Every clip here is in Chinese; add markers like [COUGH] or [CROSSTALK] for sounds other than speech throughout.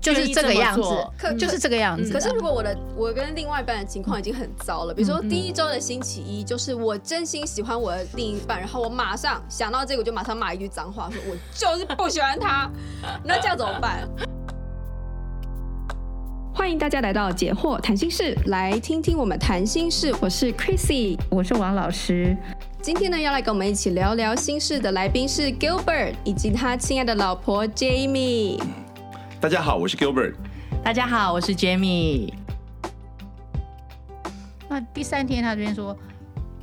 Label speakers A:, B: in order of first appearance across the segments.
A: 就是这个样
B: 愿意这么
A: 子
B: 做，
A: 可就是这个样子的。嗯
C: 可是如果我的我跟另外一半的情况已经很糟了，比如说第一周的星期一，就是我真心喜欢我的另一半，然后我马上想到这个，我就马上骂一句脏话，说我就是不喜
A: [LAUGHS]
C: 欢他，那这样怎么办？欢迎大家来到解惑谈心室，来听听我们谈心事。我是 Chrissy，
B: 我是王老师，
C: 今天呢要来跟我们一起聊聊心事的来宾是 Gilbert 以及他亲爱的老婆 Jamie。
D: 大家好，我是 Gilbert。
B: 大家好，我是 Jamie。
A: 那第三天他这边说，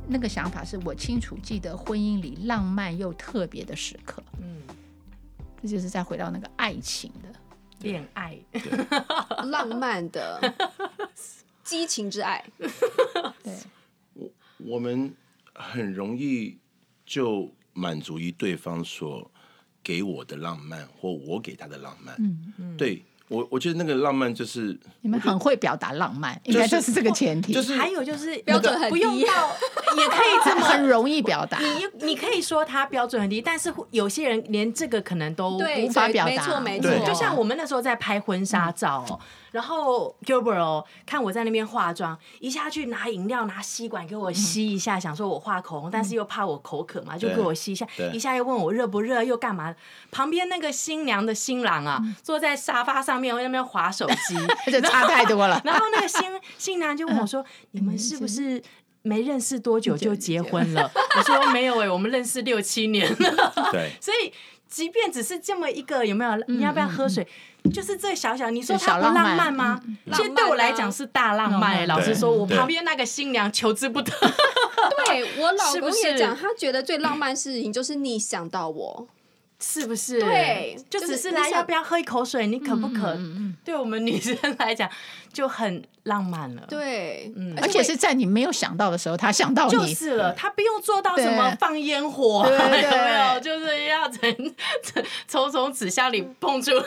A: 那个想法是我清楚记得婚姻里浪漫又特别的时刻，
B: 嗯，
A: 这就是再回到那个爱情的。
B: 恋爱，
C: [LAUGHS] 浪漫的激情之爱，
A: 对，
D: 我们很容易就满足于对方所给我的浪漫，或我给他的浪漫。
A: 嗯
D: 对我，我觉得那个浪漫就是
A: 你们很会表达浪漫，应该就是这个前提，
D: 就
B: [LAUGHS]
D: 是
B: 还有就是
C: 标准很低
B: 不用到， [LAUGHS] 也可以这么
A: [LAUGHS] 很容易表达。
B: 你你可以说他标准很低，但是有些人连这个可能都
C: 对，
A: 无法
C: 对
A: 表
C: 没
A: 达
C: 错没错
D: 对，
B: 就像我们那时候在拍婚纱照、哦，然后 Gilbert 哦，看我在那边化妆，一下去拿饮料拿吸管给我吸一下，想说我画口红，但是又怕我口渴嘛，就给我吸一下
D: 对，
B: 一下又问我热不热，又干嘛？旁边那个新娘的新郎啊，坐在沙发上面，我在那边划手机，
A: 而且差太多
B: [LAUGHS]。
A: 了
B: 然后那个新新郎就问我说：“你们是不是没认识多嗯久就结婚了？”我 [LAUGHS] 说：“没有哎、我们认识六七年了。”
D: 对
B: 所以，即便只是这么一个，有没有？你要不要喝水？就是这小嗯小，你说
A: 就小
B: 它
A: 浪
B: 不
A: 漫
B: 浪漫吗？其实
C: 浪漫
B: 对我来
C: 啊
B: 讲是大浪漫、欸。
A: 浪漫
B: 老实说，
D: 对
B: 我
D: 对
B: 旁边那个新娘求之不得。
C: 对我老
B: 是不
C: 公也
B: 啊是
C: 讲，他觉得最浪漫的事情就是你想到我，
B: [LAUGHS] 是不是？
C: 对
B: 就
C: 就是
B: 只是
C: 你
B: 来
C: 想
B: 要嗯不要喝一口水？你渴不渴？对我们女生来讲就很浪漫了。
C: 对，
B: 嗯
A: 而且是在你没有想到的时候，他想到
B: 就
A: 哦你，
B: 是了，他不用做到什么
A: 对
B: 放烟火， [LAUGHS]
A: 对对
B: 有没有？就是要从从从纸箱里蹦出来，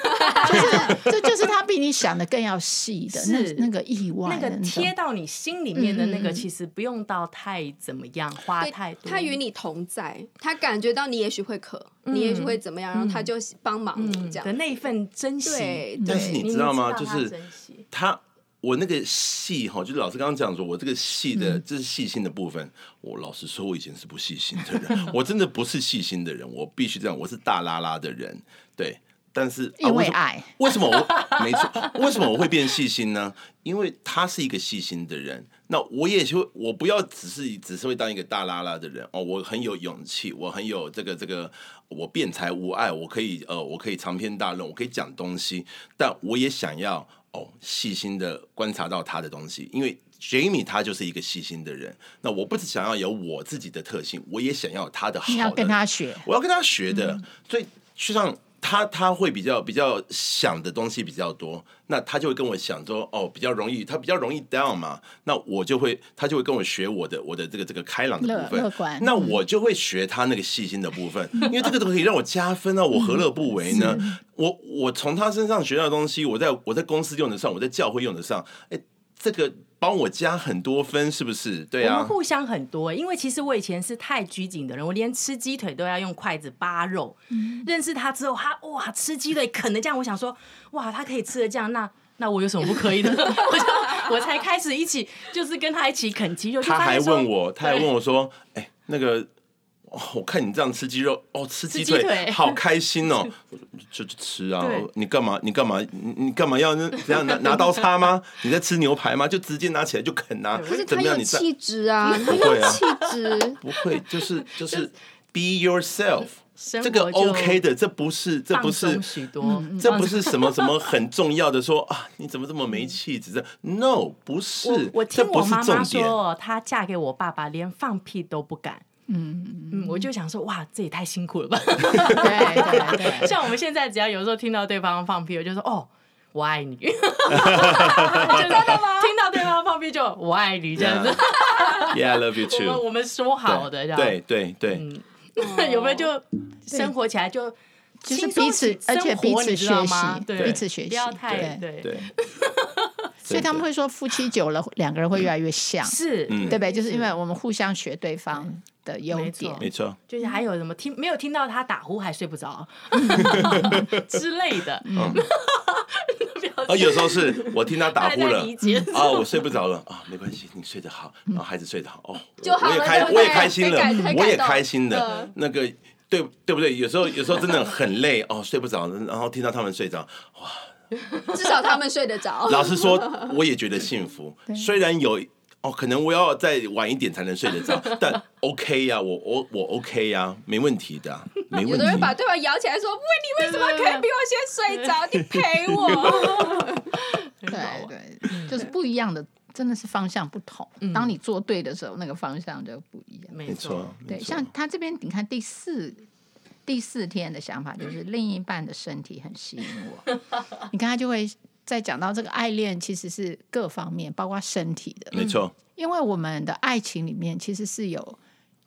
A: 就是 [LAUGHS] 这就是他比你想的更要细的
B: 是
A: 那那个意外
B: 那
A: 的
B: 个
A: 种
B: 贴到你心里面的那
A: 嗯嗯
B: 个，
A: 嗯
B: 其实不用到太怎么样，花
C: 对
B: 太多。
C: 他与你同在，他感觉到你也许会渴，你也许会怎么样，然后他就帮忙你
B: 嗯
C: 这
B: 的
C: 样。
B: 那一份珍惜，
C: 对，
D: [LAUGHS] 但是
C: 对
D: 你知道吗？
B: 你知
D: 就
B: 道他
D: 是
B: 珍惜
D: 他，我那个细哈，就是老师刚刚讲说，我这个细的，这是细心的部分。我老实说，我以前是不细心的人，我真的不是细心的人，我必须这样，我是大拉拉的人，对。但是、啊
A: 因为
D: 什么
A: 爱
D: 为什么我没错？为什么我会变细心呢？因为他是一个细心的人，那我也就我不要只是只是会当一个大拉拉的人哦，我很有勇气，我很有这个这个，我辩才无碍，我可以呃，我可以长篇大论，我可以讲东西，但我也想要哦细心的观察到他的东西，因为 Jamie 他就是一个细心的人，那我不只想要有我自己的特性，我也想要有他的好
A: 你
D: 的，
A: 要跟他学，
D: 我要跟他学的，所以去上他他会比较比较想的东西比较多，那他就会跟我想说哦，比较容易，他比较容易 down 嘛，那我就会他就会跟我学我的我的这个这个开朗的部
A: 乐
D: 分，
A: 乐观
D: 那我就会学他那个细心的部分，因为这个都可以让我加分啊，我何乐不为呢？我我从他身上学到的东西，我在我在公司用得上，我在教会用得上，哎，这个帮我加很多分，是不是？对
B: 我
D: 啊
B: 们，互相很多，因为其实我以前是太拘谨的人，我连吃鸡腿都要用筷子扒肉。认识他之后，他哇吃鸡腿啃的这样，我想说哇他可以吃的这样，那那我有什么不可
D: [LAUGHS]
B: 以的？我就我才开始一起就是跟他一起啃鸡肉，就
D: 他
B: 发
D: 还
B: 现说
D: 问我，他还问我说：“哎、那个，哦，我看你这样吃鸡肉，哦，吃鸡腿
B: 吃鸡腿
D: 好开心
B: [LAUGHS]
D: 哦，我说就就吃啊
B: 对！
D: 你干嘛？你干嘛？你你干嘛要那怎样拿拿刀叉吗？你在吃牛排吗？就直接拿起来就啃啊
C: 可是！
D: 怎
C: 他
D: 么样？
C: 有
D: 你在
C: 气质
D: [LAUGHS]
C: 啊，他
D: 不会
C: 有
D: 啊，
C: 气质
D: 不会？就是
B: [LAUGHS]
D: 就是be yourself，
B: 生
D: 这个
B: 活就
D: OK 的，这不是这不
B: 放
D: 是嗯
B: 松许多，
D: 这不是什么什么很重要的说啊，你怎么这么没气质？这 no 不是
B: 嗯我，我
D: 这
B: 听
D: 不
B: 我
D: 是
B: 妈妈
D: 重点。
B: 说，她嫁给我爸爸，连放屁都不敢。嗯嗯，我就想说，哇，这也太辛苦了吧！
A: 对对
D: [LAUGHS]
A: 对，
B: 像我们现在只要有时候听到对方放屁，我就说哦。我爱
D: [LAUGHS]
B: 你，真的吗？听到对方放屁就我爱你这样子，
D: [LAUGHS] Yeah, I love
B: [LAUGHS]
D: you
B: 我
D: too.
B: 们我们说好的这样，
D: 对对对，
C: 嗯
B: 有没有就生活起来就
A: 就是
B: 轻松
A: 彼此
B: 起，
A: 而且
B: 生活
A: 彼此
B: 你知道
A: 学习
B: 吗，对，
A: 彼此学习，
B: 不要太
A: 对，
B: 对，
D: 对，
A: 所以他们会说夫妻久了，两个人会越来越像，
B: [LAUGHS] 是，
D: 嗯
A: 对不对？就是因为我们互相学对方的优
B: 没错
A: 点，
D: 没错，
B: 就是还有什么听没有听到啊
D: [LAUGHS]
B: 他打呼还睡不着之类的，不要
D: 啊，有时候是我听他
C: [LAUGHS]
D: 打呼
B: 大家
D: 了
B: 理解。
D: 啊，我睡不着了啊，没关系，你睡得好，然后孩子睡得好哦，
C: 就嗯好
D: 我
C: 了
D: 也开
C: 对不对
D: 我也开心了
C: 被感被感，动
D: 我也开心的
C: 嗯
D: 那个。对对不对？有时候有时候真的很累哦，睡不着，然后听到他们睡着，
C: 哦至少他们睡得着。
D: 老实说，我也觉得幸福
A: 对。
D: 虽然有哦，可能我要再晚一点才能睡
C: [LAUGHS]
D: 得着，但 OK 呀、我我我 OK 呀、没问题的啊、没
C: 有
D: 问
C: 的人把
D: 题。
C: 对方摇起来说：“喂，你为什么可以比我先睡着？你陪我。
A: 对对，就是不一样的，真的是方向不同。当你做对的时候，那个方向就不一样。
B: 没
D: 没错，，没
A: 对，
D: 错
A: 像他这边，你看第四第四天的想法就是另一半的身体很吸引我，你看他就会再讲到这个爱恋其实是各方面，包括身体的，
D: 没错，
A: 因为我们的爱情里面其实是有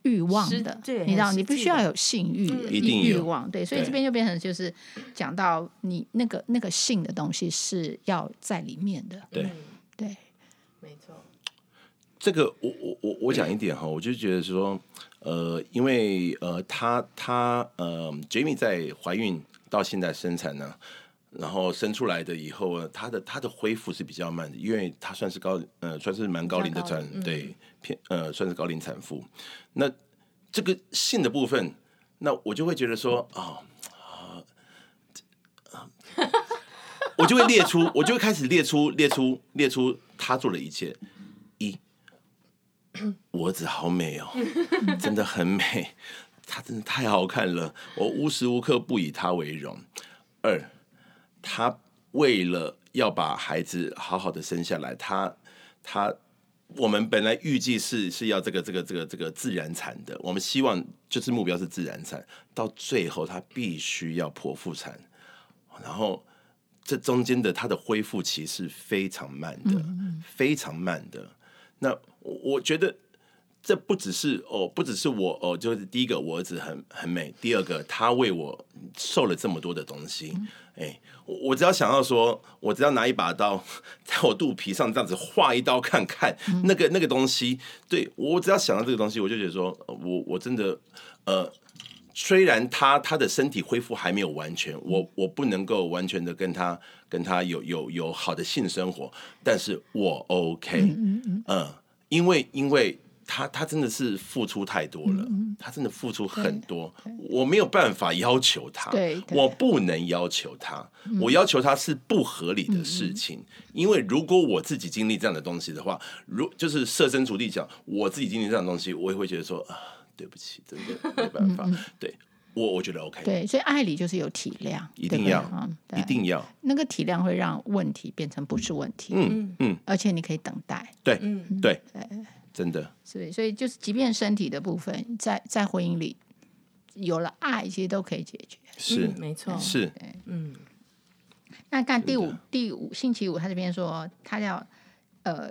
A: 欲望的
B: 实对，
A: 你知道，
B: 很
A: 你
B: 实际嗯
A: 必须要有性欲的
D: 一定
A: 欲
D: 有
A: 望，对，所以
D: 对
A: 这边就变成就是讲到你那个那个性的东西是要在里面的，
D: 对。
A: 对，
B: 嗯没错，
D: 这个我我我我讲一点哈，我就觉得说，呃，因为呃，她她呃，Jamie 在怀孕到现在生产呢，然后生出来的以后呢，她的她的恢复是比较慢的，因为她算是高呃算是蛮高龄的嗯
C: 比较高
D: 产，对，偏呃算是高龄产妇。那这个性的部分，那我就会觉得说，哦。啊这啊 [LAUGHS] 我就会列出，我就会开始列出，列出，列出她做的一切。我儿子好美哦，真的很美，她真的太好看了，我无时无刻不以她为荣。二，她为了要把孩子好好的生下来，她她。我们本来预计是是要这个这个这个这个自然产的，我们希望就是目标是自然产，到最后她必须要剖腹产，然后这中间的她的恢复期是非常慢的，非常慢的。那我我觉得这不只是哦，不只是我哦，就是第一个我儿子很很美，第二个他为我受了这么多的东西，哎、我我只要想要说，我只要拿一把刀在我肚皮上这样子划一刀看看，那个那个东西，对我只要想到这个东西，我就觉得说，呃我我真的呃。虽然他他的身体恢复还没有完全，我我不能够完全的跟他跟他有有有好的性生活，但是我 OK，嗯，因为因为他他真的是付出太多了，他真的付出很多，我没有办法要求他，
A: 对对
D: 啊
A: 嗯
D: 我不能要求他，我要求他是不合理的事情，因为如果我自己经历这样的东西的话，如就是设身处地讲，我自己经历这样的东西，我也会觉得说啊，对不起，真的没办法，对我我觉得 OK，
A: 嗯对，所以爱里就是有体谅，
D: 一
A: 对
D: 定
A: 不对
D: 要
A: 啊，对
D: 一定要，
A: 那个体谅会让问题变成不是问题，
D: 嗯嗯，
A: 而且你可以等待，
D: 对对
A: 嗯对，嗯
D: 真的
A: 是不是？所以就是，即便身体的部分，在在婚姻里有了爱，其实都可以解决。
D: 是
B: 嗯没错，
D: 是
B: 嗯，
A: 那看第五
D: 的
A: 第五星期五，他这边说他要呃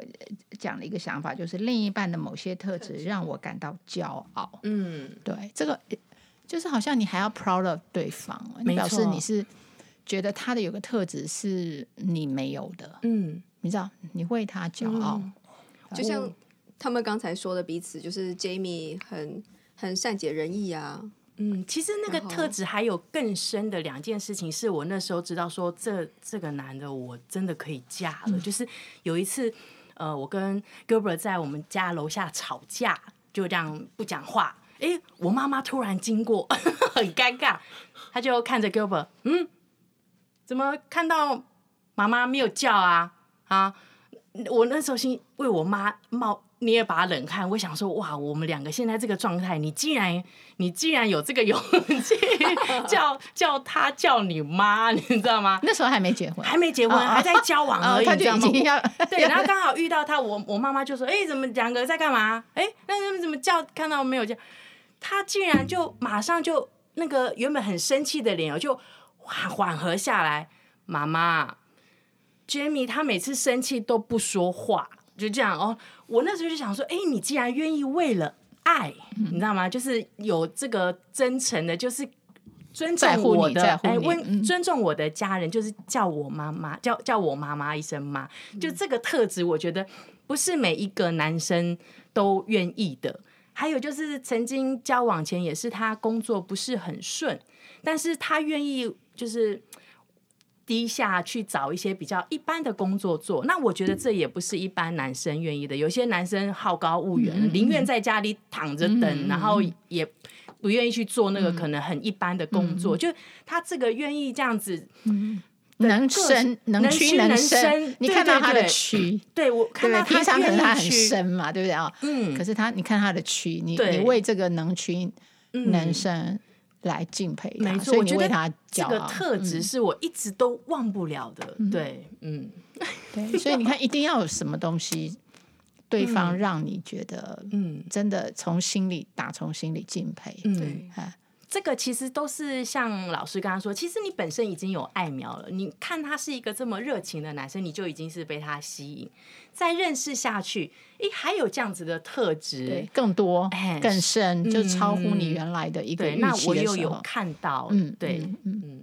A: 讲了一个想法，就是另一半的某些特质让我感到骄傲。
B: 嗯，
A: 对，这个呃就是好像你还要 proud of 对方，你
B: 没
A: 表示
B: 错
A: 你是觉得他的有个特质是你没有的，
B: 嗯，
A: 你知道，你为他骄傲。
C: 就像他们刚才说的，彼此就是 Jamie 很很善解人意啊，
B: 嗯，其实那个
C: 然后
B: 特质还有更深的两件事情，是我那时候知道说这这个男的我真的可以嫁了。
C: 嗯
B: 就是有一次，呃，我跟 Gilbert 在我们家楼下吵架，就这样不讲话。诶，我妈妈突然经过， [LAUGHS] 很尴尬，她就看着 Gilbert，嗯，怎么看到妈妈没有叫啊？啊，我那时候心为我妈冒捏把冷汗，我想说，哇，我们两个现在这个状态，你竟然你竟然有这个勇气叫叫她叫你妈，你知道吗？
A: 那时候还没结婚，
B: 还没结婚，
A: 哦哦
B: 还在交往
A: 哦
B: 而已，
A: 他
B: 你知
A: 就
B: 道
A: 已
B: 吗？
A: 经要
B: [LAUGHS] 对，然后刚好遇到他，我我妈妈就说：“哎、怎么两个在干嘛？哎、那那怎么叫看到没有叫？”他竟然就马上就那个原本很生气的脸哦，就缓缓和下来。妈妈，Jamie 他每次生气都不说话，就这样哦。我那时候就想说：“哎、你既然愿意为了爱，你知道吗？就是有这个真诚的，就是。”尊
A: 在
B: 重
A: 乎
B: 我
A: 你
B: 的，
A: 在乎
B: 哎，
A: 你
B: 温
A: 嗯
B: 尊重我的家人，就是叫我妈妈，叫叫我妈妈一声妈。就这个特质，我觉得不是每一个男生都愿意的。还有就是，曾经交往前也是他工作不是很顺，但是他愿意就是低下去找一些比较一般的工作做。那我觉得这也不是一般男生愿意的。有些男生好高骛
A: 嗯
B: 远，宁愿在家里躺着等，然后也不愿意去做那
A: 嗯
B: 个可能很一般的工作。就他这个愿意这样子，
A: 能伸能
B: 能
A: 屈
B: 屈能
A: 伸
B: 伸，
A: 你
B: 对
A: 看
B: 对
A: 到他的
B: 对
A: 屈，
B: 对我看
A: 对
B: 到
A: 不对平常可能他
B: 愿意
A: 很
B: 去，
A: 深嘛，对不对啊？
B: 嗯
A: 可是他，你看他的躯，你
B: 对
A: 你为这个能屈能
B: 嗯
A: 伸来敬佩他，
B: 没错
A: 所以
B: 我
A: 你
B: 觉
A: 为
B: 得
A: 他骄
B: 这
A: 傲。嗯
B: 个特质是我一直都忘不了的。对，嗯，
A: 对，所以你
B: [LAUGHS]
A: 看，一定要有什么东西，对方让你觉得，
B: 嗯
A: 真的从心里打从心里敬佩。
B: 嗯
C: 对，
A: 哎
B: 这个其实都是像老师刚刚说，其实你本身已经有爱苗了。你看他是一个这么热情的男生，你就已经是被他吸引。再认识下去，诶，还有这样子的特
A: 对
B: 质，，
A: 更多
B: 哎、
A: 更深，就超乎你
B: 嗯
A: 原来的一个
B: 对，
A: 预
B: 那
A: 期
B: 我
A: 的
B: 又
A: 时
B: 有
A: 候，
B: 看到，
A: 嗯
B: 对，
A: 嗯
B: 嗯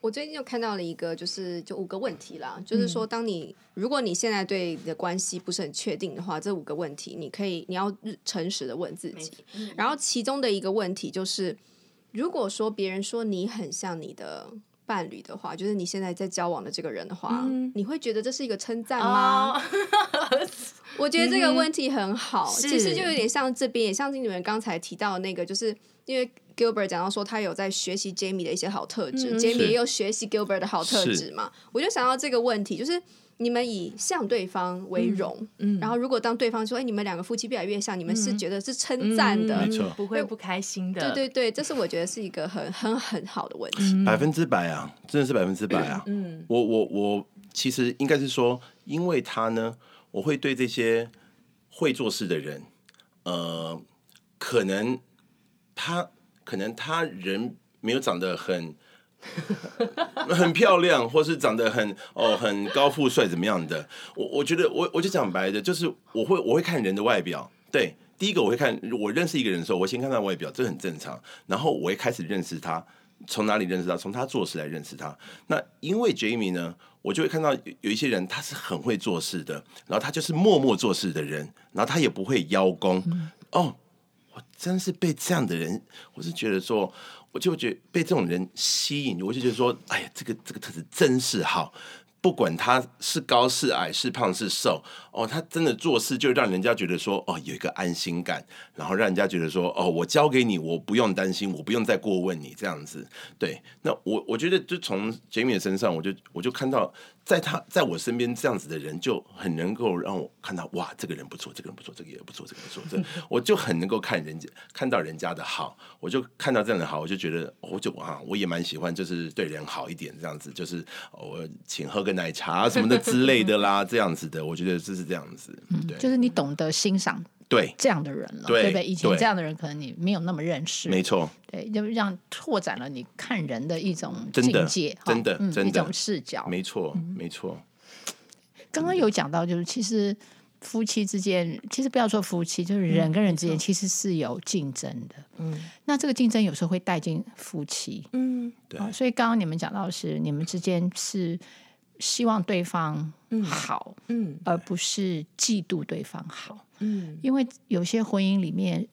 C: 我最近就看到了一个，就是就五个问题啦，就是说，当你如果你现在对你的关系不是很确定的话，这五个问题，你可以你要诚实的问自己。然后其中的一个问题就是，如果说别人说你很像你的伴侣的话，就是你现在在交往的这个人的话，你会觉得这是一个称
A: 嗯
C: 赞
B: [LAUGHS]
C: 吗？
B: 哦，
C: 我觉得这个问题很好，
B: 是
C: 其实就有点像这边，也像你们刚才提到的那个，就是因为 Gilbert 讲到说他有在学习 Jamie 的一些好特质、j a m i e
D: 是
C: 也有学习 Gilbert 的好特质嘛，我就想到这个问题，就是。你们以向对方为荣，然后如果当对方说：“哎，你们两个夫妻越来越像”，你们是觉得是称赞的，
D: 没错
B: 不会不开心的，
C: 对对对，这是我觉得是一个很很很好的问题。
D: 百分之百啊，真的是百分之百啊。嗯，我我我其实应该是说，因为他呢，我会对这些会做事的人，呃，可能他可能他人没有长得很很漂亮，或是长得很哦很高富帅怎么样的，我我觉得我我就讲白的，就是我会我会看人的外表，对。第一个我会看，我认识一个人的时候，我会先看他的外表，这很正常。然后我会开始认识他，从哪里认识他？从他做事来认识他。那因为 Jamie 呢，我就会看到有有一些人他是很会做事的，然后他就是默默做事的人，然后他也不会邀功。哦，我真是被这样的人，我是觉得说，我就觉得被这种人吸引，我就觉得说，哎呀，这个这个特质真是好。不管他是高是矮是胖是瘦，哦，他真的做事就让人家觉得说，哦，有一个安心感，然后让人家觉得说，哦，我交给你，我不用担心，我不用再过问你这样子。对，那我我觉得就从 Jamie 的身上，我就我就看到，在他在我身边这样子的人，就很能够让我看到，哇，这个人不错，这个人不错，这个也不错，这个不错，这个
B: [LAUGHS]
D: 我就很能够看人家看到人家的好，我就看到这样的好，我就觉得，我就啊，我也蛮喜欢，就是对人好一点这样子，就是哦我请喝个奶茶什么的之类的
B: [LAUGHS]
D: 啦，这样子的，我觉得这是这样子，
B: 嗯
D: 对、
A: 就是你懂得欣赏
D: 对，
A: 这样的人了，
D: 对
A: 不对？以前
D: 对
A: 这样的人可能你没有那么认识，
D: 没错，
A: 对，就让拓展了你看人的一种
D: 真的
A: 境界，哈
D: 真的
A: 嗯
D: 真的
A: 一种视角。
D: 没错，
B: 嗯
D: 没错，
A: 刚刚有讲到，就是其实夫妻之间，其实不要说夫妻，就是
B: 嗯
A: 人跟人之间，其实是有竞争的。嗯，那这个竞争有时候会带进夫妻。
B: 嗯，
D: 对
A: 啊，所以刚刚你们讲到的是你们之间是希望对方好，
B: 嗯
A: 而不是嫉妒对方好，
B: 嗯，
A: 因为有些婚姻里面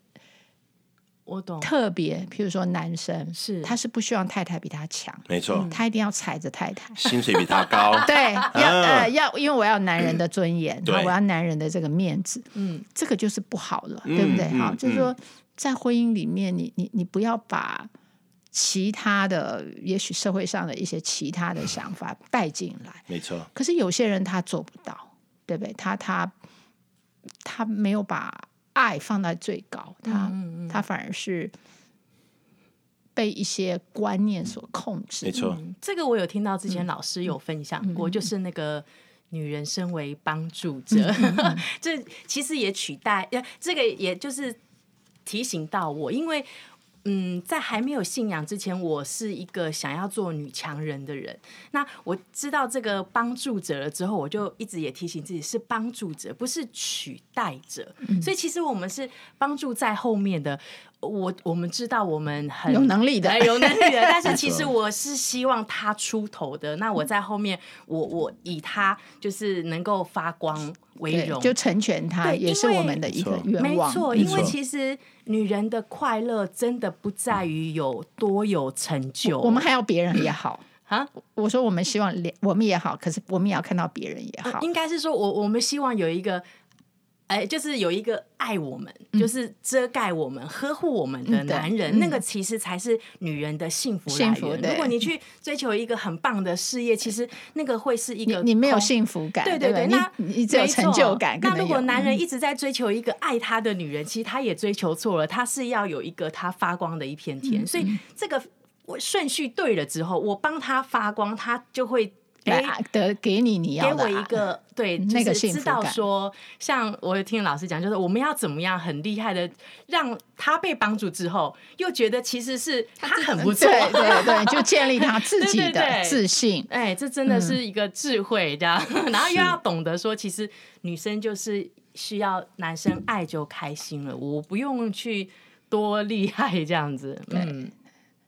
B: 我懂，
A: 特别，譬如说男生
B: 是
A: 他是不希望太太比他强，
D: 没错，
B: 嗯
A: 他一定要踩着太太。
D: 薪水比他
B: [LAUGHS]
D: 高，
A: [LAUGHS] 对，要、呃要，因为我要男人的尊严，
D: 对
A: 好我要男人的这个面子，
B: 嗯，
A: 这个就是不好了，
D: 嗯
A: 对不对？
D: 嗯
A: 好，就是
D: 嗯
A: 说在婚姻里面，你你你不要把其他的，也许社会上的一些其他的想法带进来。
D: 没错，
A: 可是有些人他做不到，对不对？他他他没有把爱放在最高，他、他反而是被一些观念所控制，
D: 没错，
B: 这个我有听到之
A: 嗯
B: 前老师有分享过，就是那个。女人身为帮
A: 嗯
B: 助者， [LAUGHS] 这其实也取代，呃，这个也就是提醒到我，因为嗯，在还没有信仰之前，我是一个想要做女强人的人。那我知道这个帮助者了之后，我就一直也提醒自己是帮助者，不是取代者。
A: 嗯
B: 所以其实我们是帮助在后面的。我我们知道我们很
A: 有能力的
B: 哎有能
A: [LAUGHS]
B: 力的。但是其实我是希望他出头的。那我在后面，我我以他就是能够发光为
A: 对
B: 荣，
A: 就成全他，
B: 对
A: 也是
B: 因为
A: 我们的一个
D: 没错
A: 愿
B: 没
A: 望。嗯
B: 错，
D: 没
B: 因为
D: 错
B: 其实女人的快乐真的不在于有多有成就，
A: 我们还要别人也好，
B: 啊，
A: 我说我们希望连我们也好，可是我们也要看到别人也好。
B: 应该是说我我们希望有一个。哎，就是有一个爱我们，就是遮盖我们、呵护我们的
A: 嗯嗯对
B: 男人，那个其实才是女人的幸福来
A: 幸福
B: 源。
A: 对
B: 如果你去追求一个很棒的事业，其实那个会是一
A: 你
B: 个
A: 你没有
B: 空
A: 幸福感，
B: 对
A: 对
B: 对，
A: 吧
B: 那
A: 你你只有
B: 没
A: 成
B: 错
A: 就感。可
B: 那
A: 能
B: 如果
A: 有
B: 男
A: 嗯
B: 人一直在追求一个爱他的女人，其实他也追求错了，他是要有一个他发光的一片天。
A: 嗯
B: 所以这个我顺序对了之后，我帮他发光，他就会
A: 来
B: 哎
A: 啊得给你你要
B: 给
A: 的
B: 我一
A: 啊
B: 个对，就
A: 那个
B: 是
A: 幸
B: 知
A: 福
B: 道
A: 感
B: 说，像我有听老师讲，就是我们要怎么样很厉害的，让他被帮助之后，又觉得其实是他很不错，
A: 对对
B: [LAUGHS]
A: 对，就建立他自己
B: 对对
A: 的
B: 对
A: 自信。
B: 哎，这真的是一个智慧， [LAUGHS] 这样，然后又要懂得说，其实女生就是需要男生爱就开心了，我不用去多厉害这样子，嗯，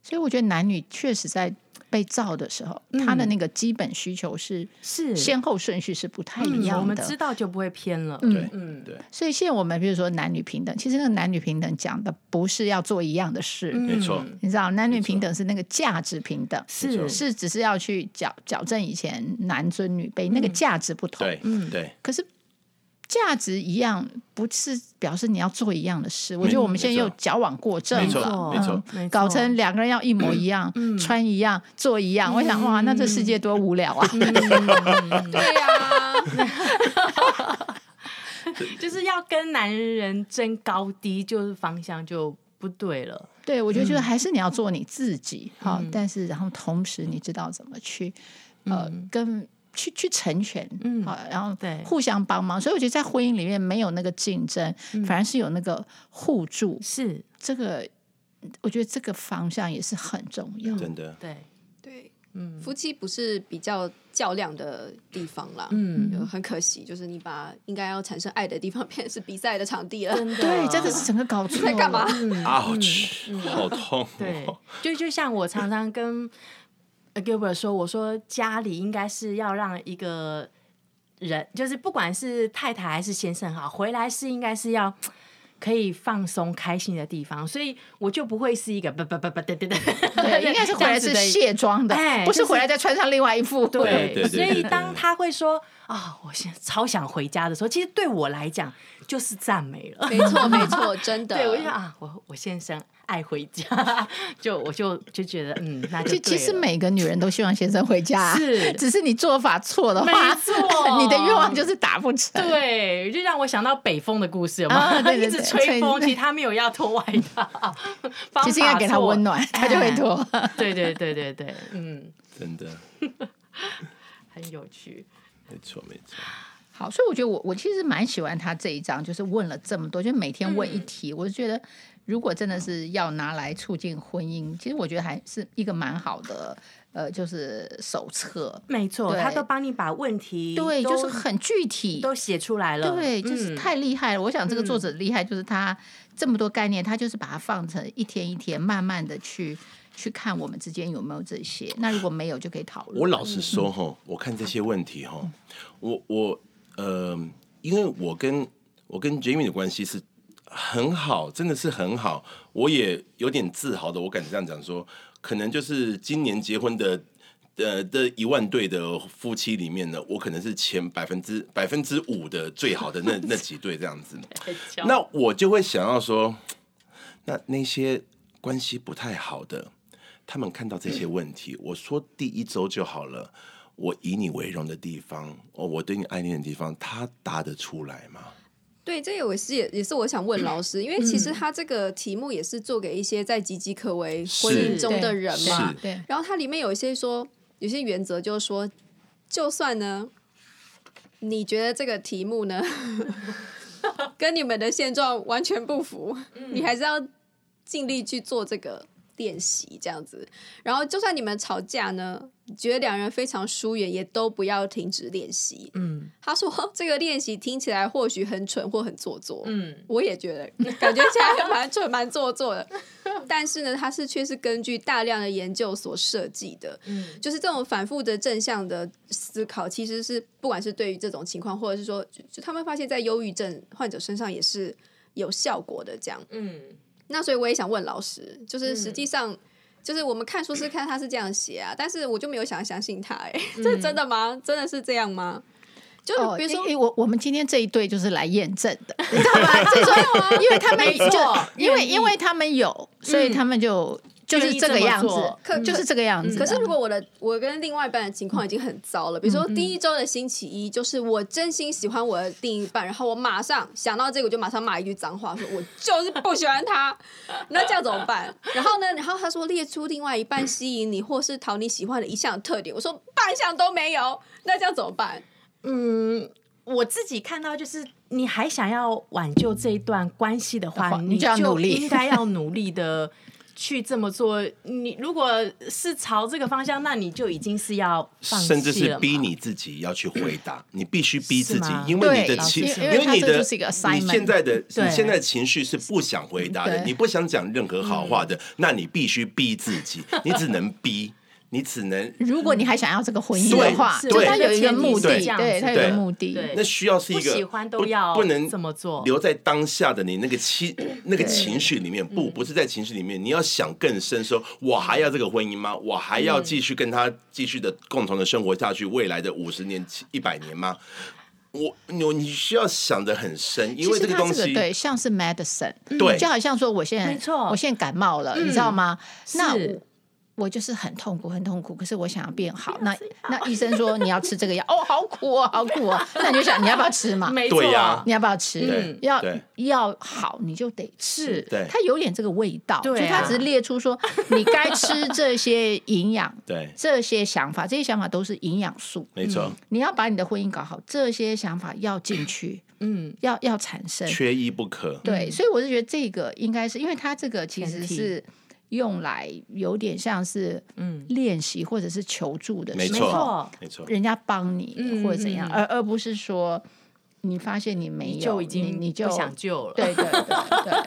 A: 所以我觉得男女确实在被造的时候，他的那个基本需求是
B: 嗯是
A: 先后顺序是不太
B: 嗯
A: 一
B: 我
A: 样
B: 们
A: 的。
B: 知道就不会偏了，
D: 对
B: 嗯，
D: 对，
A: 所以现在我们比如说男女平等，其实那个男女平等讲的不是要做一样的事，
B: 嗯
D: 没错，
A: 你知道，男女
D: 没错
A: 平等是那个价值平等。
D: 没错
B: 是
A: 是，只是要去矫矫正以前男尊女卑
B: 嗯
A: 那个价值不同，
D: 对对，
A: 可是价值一样，不是表示你要做一样的事。我
D: 没
A: 觉得我们现在
D: 没
A: 又
D: 错
A: 矫枉过正
D: 没
A: 了，嗯
D: 错没错，
B: 没错嗯
A: 搞成两个人要一模一样，穿一样，做一样。我想，哇，那这世界多无聊啊！
C: 对呀、
B: 就是要跟男人争高低，就是方向就不对了，
A: 对，我觉得
B: 嗯
A: 就是还是你要做你自己，好、但是然后同时你知道怎么去，呃，跟。去去成全，
B: 嗯
A: 好，然后
B: 对
A: 互相帮忙，所以我觉得在婚姻里面没有那个竞争，
B: 嗯
A: 反而是有那个互助，
B: 是
A: 这个我觉得这个方向也是很重要。
B: 嗯
D: 真的
B: 对，
C: 对，
B: 嗯
C: 夫妻不是比较较量的地方啦。
B: 嗯，
C: 就很可惜，就是你把应该要产生爱的地方变成是比赛的场地了。
A: 对，真的是整个搞错
C: [LAUGHS] 在干嘛？
A: 了
D: ，ouch，好 [LAUGHS] 痛
B: 嗯对
D: 哦，，
B: 就就像我常常跟呃 Gilbert 说，我说家里应该是要让一个人，就是不管是太太还是先生哈，回来是应该是要。可以放松、开心的地方，所以我就不会是一个不不不不对对对， [LAUGHS]
A: 对，应该是回来是卸妆的
B: 哎，
A: 不是
B: 就是
A: 回来再穿上另外一副。
D: 对对对
B: 所
D: 对
B: 以
D: 对
B: 当他会说啊，我现在超想回家的时候，其实对我来讲就是赞美
A: [LAUGHS]
B: 了。
C: 没错，没错，真 [LAUGHS] 的。
B: 对，我就想啊，我我先生爱回家， [LAUGHS] 就我就就觉得嗯，那就
A: 其其
B: 对
A: 实
B: 了
A: 每个女人都希望先生回家啊，
B: 是
A: 只是你做法错的话
B: 没，错
A: [LAUGHS] 你的愿望就是达不成。
B: 对，就让我想到北风的故事，有
A: 啊
B: [LAUGHS] 吗？
A: 对对
B: 一直
A: 对 [LAUGHS]
B: 吹风，
A: 对
B: 其实他没有要脱外套，方
A: 其实应该
B: 法
A: 给他
B: 错哎
A: 温。暖，他就会脱。 [LAUGHS]
B: 对对对对对，嗯，
D: 真的，
B: 很有趣。
D: 没错没错，
B: 嗯
A: 好，所以我觉得我我其实蛮喜欢他这一章，就是问了这么多，就每天问一
B: 嗯
A: 题，我就觉得如果真的是要拿来促进婚姻，其实我觉得还是一个蛮好的，呃，就是手册，
B: 没错，
A: 对
B: 他都帮你把问题
A: 对，
B: 都
A: 就是很具体，
B: 都写出来了，
A: 对，就是
B: 嗯
A: 太厉害了。我想这个作者厉害，就是他这么多概念，他就是把它放成一天一天，慢慢的去去看我们之间有没有这些。那如果没有，就可以讨论。
D: 我老实说哈，
B: 嗯
D: 我看这些问题哈，我我呃，因为我跟我跟 Jamie 的关系是很好，真的是很好，我也有点自豪的，我敢这样讲说，可能就是今年结婚的。呃的一万对的夫妻里面呢，我可能是前百分之百分之五的最好的那那几对这样子。
B: 嗯很巧
D: 那我就会想要说，那那些关系不太好的，他们看到这些问题，
A: 嗯
D: 我说第一周就好了。我以你为荣的地方，哦，我对你爱恋的地方，他答得出来吗？
C: 对，这个我是也也是我想问老师，因为其实他这个题目也是做给一些在岌岌可危婚
D: 是
C: 姻中的人
D: 是
C: 嘛。
A: 对，
C: 然后它里面有一些说，有些原则就是说，就算呢，你觉得这个题目呢 [LAUGHS] 跟你们的现状完全不符，你还是要尽力去做这个练习，这样子。然后就算你们吵架呢，觉得两人非常疏远，也都不要停止练习。
B: 嗯
C: 他说这个练习听起来或许很蠢或很做作，
B: 嗯，
C: 我也觉得，感觉起来蛮蠢、蛮做作的。 [LAUGHS] 但是呢，它是却是根据大量的研究所设计的。
B: 嗯，
C: 就是这种反复的正向的思考，其实是不管是对于这种情况，或者是说，就就他们发现，在忧郁症患者身上也是有效果的。这样，
B: 嗯
C: 那所以我也想问老师，就是实际上就是我们看书是看他是这样写啊，但是我就没有想要相信他、哎， [LAUGHS] 这是真的吗？真的是这样吗？就是
A: 哦，
C: 比如说，
A: 因因为我我们今天这一对就是来验证的， [LAUGHS] 你知道吗？就是说，因为他们
B: 没
A: 就
B: 错
A: 因为因为他们有，所以他们就就是这个样
B: 愿意这么
A: 子
B: 做，
C: 可
A: 就是这个样子的。
C: 可是如果我的我跟另外一半的情况已经很糟了，比如说第一周的星期一，就是我真心喜欢我的另一半，然后我马上想到这个，我就马上骂一句脏话，说我就是不喜欢他， [LAUGHS] 那这样怎么办？然后呢，然后他说列出另外一半吸引你或是讨你喜欢的一项特点，我说半项都没有，那这样怎么办？
B: 嗯，我自己看到就是，你还想要挽救这一段关系的
A: 的
B: 话，
A: 话
B: 你
A: 你就要努力
B: 应该要努力的去这么做。你如果是朝这个方向，那你就已经是要放弃
D: 甚至是
B: 了嘛
D: 逼你自己要去
A: [CLEARS THROAT]
D: 回答，你必须逼自己
B: 是吗，
D: 因为你
A: 对
D: 的情，
A: 因为因为
D: 为你
A: 它这
D: 的
A: 就是一个
D: 你
A: assignment
D: 现在的
B: 对
D: 你现在的情绪是不想回答的
A: 对，嗯
D: 你不想讲任何好话的，那你必须逼自己，你只能逼，你只能。
A: 如果你还想要这个婚姻的话，
D: 对
A: 就
D: 对
A: 他有一个
B: 前提是
A: 目的，
B: 这样
A: 对
B: 子
A: 他有一个
D: 对
A: 目的，
B: 对
D: 那需要是一个
B: 不喜欢都
D: 不
B: 要
D: 不能
B: 这么做
D: 留在当下的你那个情那个情绪里面，
B: 嗯
D: 不不是在情绪里面，你要想更深，说我还要这个婚姻吗？我还要继续跟他继续的共同的生活下去，未来的五十年、一百年吗？我你你需要想的很深，因
A: 其
D: 为
A: 实
D: 个
A: 它
D: 东
A: 这
D: 西
A: 个对，像是 medicine，
D: 对
A: 就好像说我现在
B: 没错
A: 我现在感冒了，你知道吗？那
B: 是
A: 我我就是很痛苦，很痛苦，可是我想要变好。那那医生说你要吃这个药，哦，好苦哦，好苦哦。那你就想你要不要吃嘛？
B: 没
D: 对
B: 错
D: 呀
A: 你要不要吃
D: 对？
A: 要
D: 对
A: 要好，你就得吃
B: 是。
D: 对
A: 它有点这个味道，
B: 对啊
A: 就它只是列出说 [LAUGHS] 你该吃这些营养，
D: 对，
A: 这些想法，这些想法都是营养素。
D: 没
B: 嗯
D: 错，
A: 你要把你的婚姻搞好，这些想法要进去，
B: 嗯，
A: 要要产生。
D: 缺一不可。
A: 对，所以我是觉得这个应该是因为它这个其实
B: 前提
A: 是用来有点像是
B: 嗯
A: 练习或者是求助的
D: 没
A: 时
B: 没
A: 候，
B: 错，
D: 没错，
A: 人家帮你
B: 嗯
A: 或者怎样，
B: 嗯
A: 而而不是说你发现你没有，
B: 你就已
A: 你
B: 经
A: 你就
B: 不想救了。
A: 对对对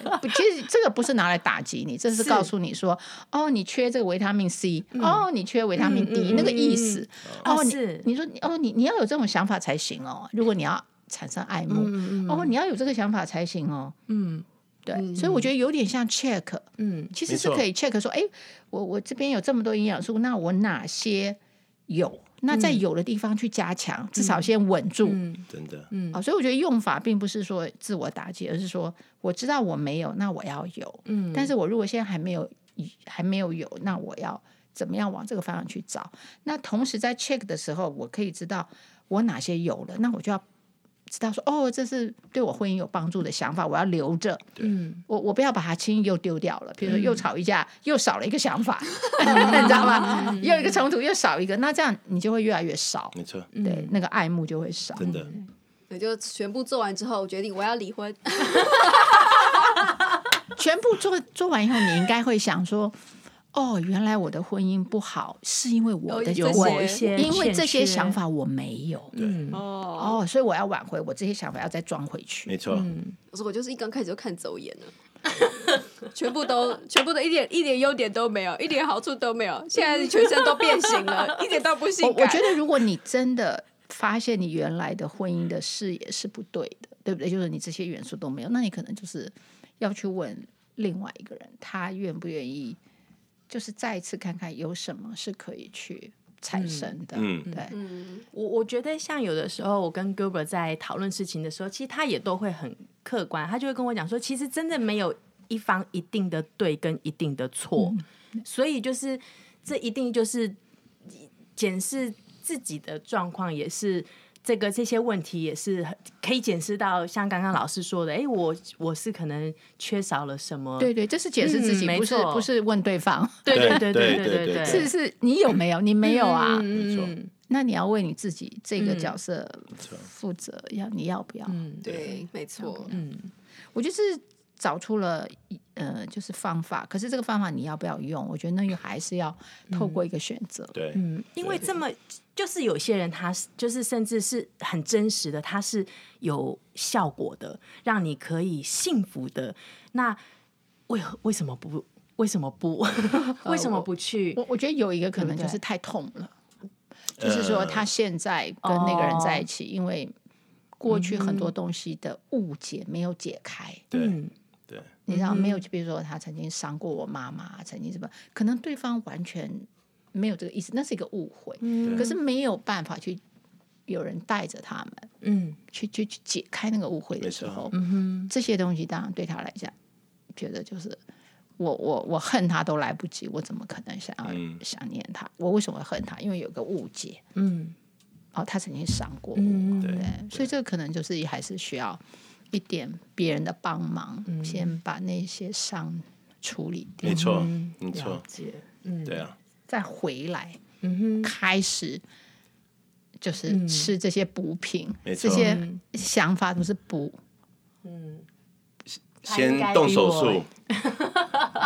A: 对，不其实这个不是拿来打击你，这是
B: 是嗯
A: 告诉你说，哦，你缺这个维他命 C，、哦，你缺维他命 D，、
B: 嗯嗯
A: 那个意思。
B: 嗯
A: 哦，
B: 啊
A: 你
B: 是
A: 你说你哦，你你要有这种想法才行哦，如果你要产生爱慕，哦，你要有这个想法才行哦。
B: 嗯
A: 对，所以我觉得有点像 check，
B: 嗯，
A: 其实
D: 没
A: 是
D: 错
A: 可以 check 说，哎，我我这边有这么多营养素，那我哪些有？那
D: 嗯
A: 在有的地方去加强，至少先稳住。
D: 真的，
B: 嗯
A: 啊、所以我觉得用法并不是说自我打击，而是说我知道我没有，那我要有。嗯，但是我如果现在还没有，还没有有，那我要怎么样往这个方向去找？那同时在 check 的时候，我可以知道我哪些有了，那我就要知道说，哦，这是对我婚姻有帮助的想法，我要留着。
B: 嗯，
A: 我我不要把它轻易又丢掉了。比如说又吵一架，又少了一个想法，你知道吗？又一个冲突，又少一个，那这样你就会越来越少，
D: 没错，
A: 对，那个爱慕就会少。
D: 真的。
B: 嗯
C: 我就全部做完之后，我决定我要离婚。
A: 全部做做完以后，你应该会想说，哦，原来我的婚姻不好是因为我的
C: 哦有
A: 我
C: 有一
B: 些
A: 因为这些
B: 欠缺
A: 想法我没有，
C: 哦，
A: 哦，所以我要挽回，我这些想法要再装回去。
C: 嗯
D: 没错，
B: 嗯
C: 我说我就是一刚开始就看走眼了。 [LAUGHS] 全部都，全部都一点一点优点都没有，一点好处都没有。现在全身都变形了，一点都不
A: 我
C: 性
A: 我
C: 感。
A: 觉得，如果你真的发现你原来的婚姻的视野是不对的，对不对？就是你这些元素都没有，那你可能就是要去问另外一个人，他愿不愿意，就是再一次看看有什么是可以去产生的。
D: 嗯
A: 对，
B: 我我觉得像有的时候，我跟 Gerber 在讨论事情的时候，其实他也都会很客观，他就会跟我讲说，其实真的没有一方一定的对跟一定的错，
A: 嗯
B: 所以就是这一定就是检视自己的状况，也是这个这些问题也是很可以检视到，像刚刚老师说的，哎，我我是可能缺少了什么。
A: 对对，这是解释自己，
B: 嗯没
A: 不是
B: 错
A: 不是问对方。
B: 对对对
D: 对
B: 对
D: 对
B: 对
D: 对
B: 对，
A: [LAUGHS]
B: 嗯
A: 是是，你有没有？你没有啊？
D: 没错，
A: [LAUGHS] 那你要为你自己这个角色负责，要你要不要？
B: 嗯
C: 对，没错。
A: 嗯我就是找出了一呃，就是方法，可是这个方法你要不要用？我觉得那又还是要透
B: 嗯
A: 过一个选择。
D: 对，
B: 因为这么就是有些人他是就是甚至是很真实的，他是有效果的，让你可以幸福的。那为为什么不？为什么
D: [LAUGHS]
B: 不？为什么不去？
A: 我我觉得有一个可能
B: 对呃
A: 就
B: 不对
A: 是太痛了，就是说他现在
B: 哦
A: 跟那个人在一起，因为过去很多东西的误解没有解开，
D: 对
B: 嗯
D: 对，
A: 你知道没有？就比如说他曾经伤过我妈妈，曾经什么，可能对方完全没有这个意思，那是一个误会。
B: 嗯
D: 对
A: 可是没有办法去有人带着他们
B: 嗯
A: 去去去解开那个误会的
D: 没
A: 时
D: 错
A: 候，
B: 嗯
A: 这些东西当然对他来讲，觉得就是我我我恨他都来不及，我怎么可能想
D: 嗯
A: 要想念他？我为什么会恨他？因为有个误解，
B: 哼嗯
A: 哦，他曾经伤过我，
B: 嗯
A: 对不对
D: 对
A: 所以这个可能就是还是需要一点别人的帮忙，先把那些伤处理掉，
D: 没错，没
B: 嗯，
D: 错
B: 了，解，嗯
D: 对啊，
A: 再回来
B: 嗯哼，
A: 开始。就是吃这些补品，
D: 没
A: 这
D: 错
A: 些想法都是补，
B: 他应该
D: 先动
B: 比
D: 手
B: 我
D: 术， [LAUGHS]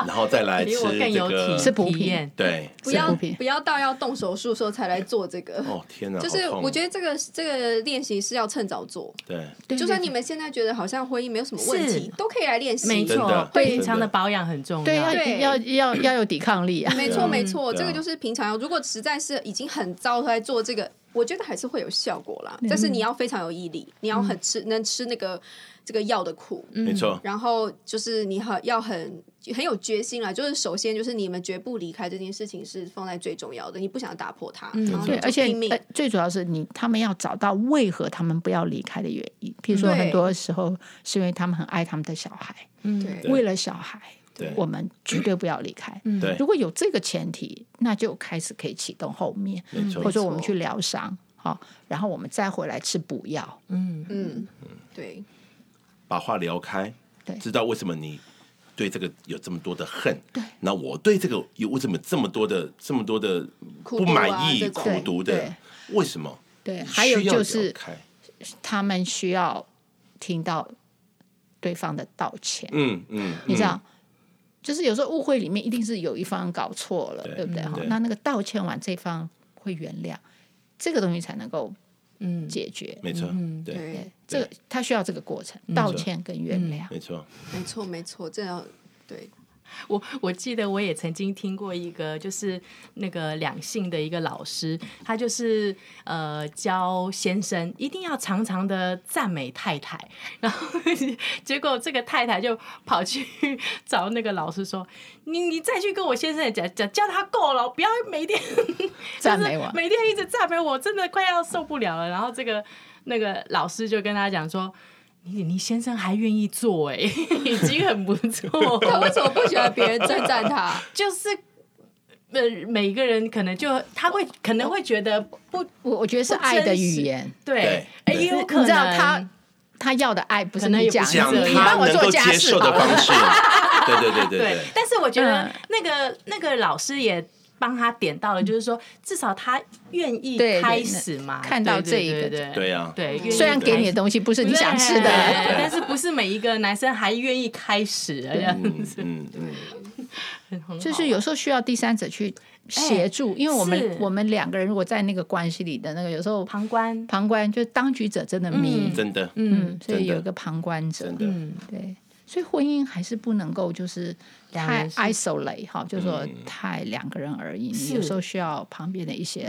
D: 然后再来
B: 比
D: 吃
B: 我更
D: 哎这
B: 有
D: 个，
A: 吃
B: 体
A: 补
B: 体
A: 品
B: 验，
D: 对，
C: 不要
A: 是
C: 不要到要动手术的时候才来做这个。
D: 哦天
C: [LAUGHS]
D: 哪，
C: 就是我觉
D: 得
C: 得这个这个练习是要趁早做，
D: 对，
A: 对
C: 就算
A: 对
C: 你们现在觉得好像婚姻没有什么问
B: 是
C: 题，都可以来练习。
B: 没
D: 真
B: 错
D: 的，
B: 对
D: 真
B: 平常的
D: 的
B: 保养很重要，
A: 对，
C: 对
A: 要要要要有抵抗
C: [LAUGHS]
A: 力啊！
C: 没
D: 对
C: 错，
D: 啊
C: 没错，
D: 对啊
C: 这个就是平常。如果实在是已经很糟在做这个，我觉得还是会有效果啦。
A: 嗯
C: 但是你要非常有毅力，你要很吃能吃那个这个药的苦，
A: 嗯
D: 没错，
C: 然后就是你很要很很有决心啦。就是首先就是你们绝不离开这件事情是放在最重要的，你不想打破它，然后
A: 对，
C: 你
A: 而
C: 就
A: 且
C: 拼命
A: 呃。最主要是你他们要找到为何他们不要离开的原因。譬如说，
C: 对
A: 很多时候是因为他们很爱他们的小孩，
C: 对，
A: 为了小孩，
D: 对嗯
A: 我们绝对不要离开。
D: 对
A: 如，果有这个前提，那就开始可以启动后面，
D: 没
A: 或者，
D: 错
A: 说
C: 没错
A: 我们去疗伤，好、然后我们再回来吃补药。
C: 嗯，对，
D: 把话聊开
A: 对，
D: 知道为什么你对这个有这么多的恨，对，那我对这个有为什么这么多的这么多的
C: 苦
D: 不
C: 读啊
D: 满意、
C: 这种
D: 苦毒
A: 对
D: 的，为什么？
A: 对，还有
D: 需要
A: 就
D: 聊
A: 是
D: 开
A: 他们需要听到对方的道歉。
D: 嗯嗯，
A: 你知
D: 嗯
A: 道，就是有时候误会里面一定是有一方搞错了，
D: 对嗯
A: 对不对？哈
D: 对，
A: 那那个道歉完，这方会原谅，这个东西才能够
B: 嗯
A: 解决。
D: 没错，对，
C: 对，
A: 这个他需要这个过程，道歉跟原谅。
D: 没错，
C: 没错，没错，这 [LAUGHS] 样对，
B: 我我记得我也曾经听过一个，就是那个两性的一个老师，他就是呃教先生一定要常常的赞美太太，然后 [LAUGHS] 结果这个太太就跑去 [LAUGHS] 找那个老师说：“你你再去跟我先生讲讲，叫他够了，不要每天就是
A: 赞美我
B: 每天一直赞美我，真的快要受不了了。”然后这个那个老师就跟他讲说。你你先生还愿意做哎、 [LAUGHS] 已经很不错
C: 他为什么不喜欢别人称赞他？
B: 就是呃，每个人可能就他会可能会觉得不
A: 我我觉得是
B: 不
A: 爱的
B: 真
A: 语
B: 实
A: 言，
B: 对
D: 对，
B: 哎，
D: 对
B: 也有
A: 你
B: 可能
A: 知道他他要的爱不是
B: 可能
A: 你
B: 也不
A: 讲，
B: 是
D: 讲
B: 这
A: 你
B: 样
D: 他
A: 帮我
D: 能
A: 做
D: 够
A: 家
D: 接
A: 事
D: 受
A: 好
D: 的
A: 了。
D: 方式，对对对
B: 对
D: 对对，，
B: 但是我觉得
A: 嗯
B: 那个那个老师也。帮他点到了，就是说，至少他愿意
A: 对对
B: 开始嘛，
A: 看到
B: 对
A: 这一个嗯
B: 对对
D: 对啊
B: 对，愿意
A: 虽然给
B: 开
A: 你的东西不是你想吃
B: 对
A: 的，
B: 但是不是每一个男生还愿意开始，哎这样
D: 嗯嗯嗯，
B: 很好
A: 就是有时候需要第三者去协助，因为我
B: 哎是
A: 们我们两个人如果在那个关系里的那个，有时候
B: 旁观，
A: 旁观就是当局者真的迷，
D: 真的，
A: 嗯，所以
D: 真的
A: 有一个旁观者
D: 真，的
B: 嗯
A: 对，所以婚姻还是不能够就是
B: 两人
A: 太
B: 是
A: isolate 哈，就是说
D: 嗯
A: 太两个人而已，你
B: 是嗯
A: 有时候需要旁边的一些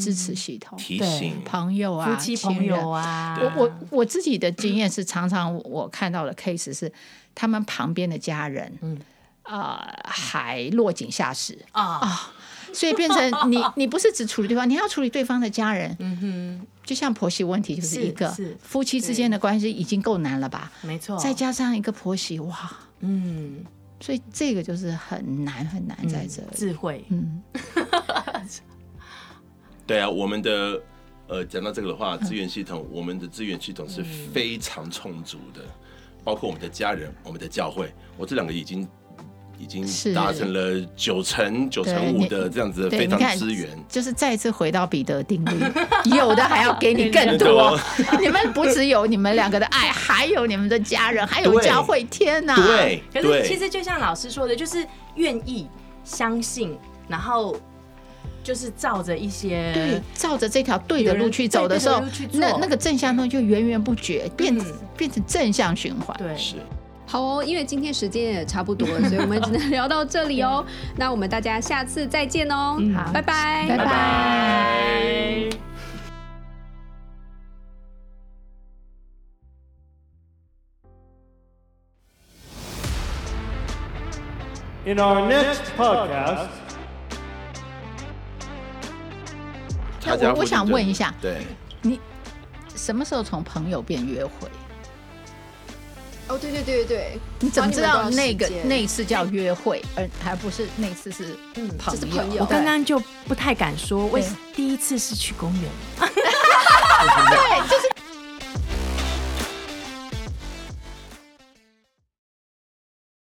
A: 支持系统，
D: 提醒，
A: 朋友
B: 夫
A: 啊，
B: 妻
A: 亲
B: 朋
A: 人
B: 友。啊，
A: 我我我自己的经验是，常常我看到的 case 是，他们旁边的家人，嗯，啊，还落井下石，
B: 啊，
A: 所以变
B: [LAUGHS]
A: 成你你不是只处理对方，你还要处理对方的家人，嗯哼，就像婆媳问题就是一个
B: 是是
A: 夫妻之间的关系已经够难了吧，
B: 没错，
A: 再加上一个婆媳，哇，
B: 嗯，
A: 所以这个就是很难很难在这里。
B: 智慧，
D: 对啊，我们的呃，讲到这个的
A: 嗯
D: 话，资源系统，我们的资源系统是非常充足的，包括我们的家人、我们的教会，我这两个已经已经
A: 是
D: 达成了九成九成
A: 对
D: 五
A: 你
D: 的这样子的
A: 对，
D: 非
A: 你
D: 常
A: 看
D: 资源。，
A: 就是再次回到彼得定律， [LAUGHS] 有的还要给你
D: [LAUGHS]
A: 更多
D: 多。
A: 你们不只有你们两个的爱，还有你们的家人，还有
D: 对
A: 教会。天哪！
D: 对，
B: 可
D: 对
B: 是其实就像老师说的，就是愿意相信，然后就是照着一
A: 对
B: 些，
A: 照着这条对的路去走的时
B: 有
A: 候
B: 人对对的路去，
A: 那
B: 做
A: 那个正向东西就源源不绝，变变成正向循环。
B: 对
D: 是
C: 好哦，因为今天时间也差不多了，所以我们只能聊到这里
A: [LAUGHS]
C: 哦。
A: 嗯
C: 那我们大家下次再见哦，
A: 好
C: 拜拜，
A: 嗯拜拜
B: 拜。
E: In our next podcast,
D: 他家
A: 我我想
D: 附近就
A: 问一下
D: 对，
A: 什么时候从朋友变约会？
C: 哦，对对对对对，
A: 你怎么知道那个
C: 啊帮你们多少时间
A: 那一次叫约会，而还不是那次是朋友？
C: 这是朋友
A: 对
B: 我刚刚就不太敢说，为
A: 对
B: 第一次是去公园，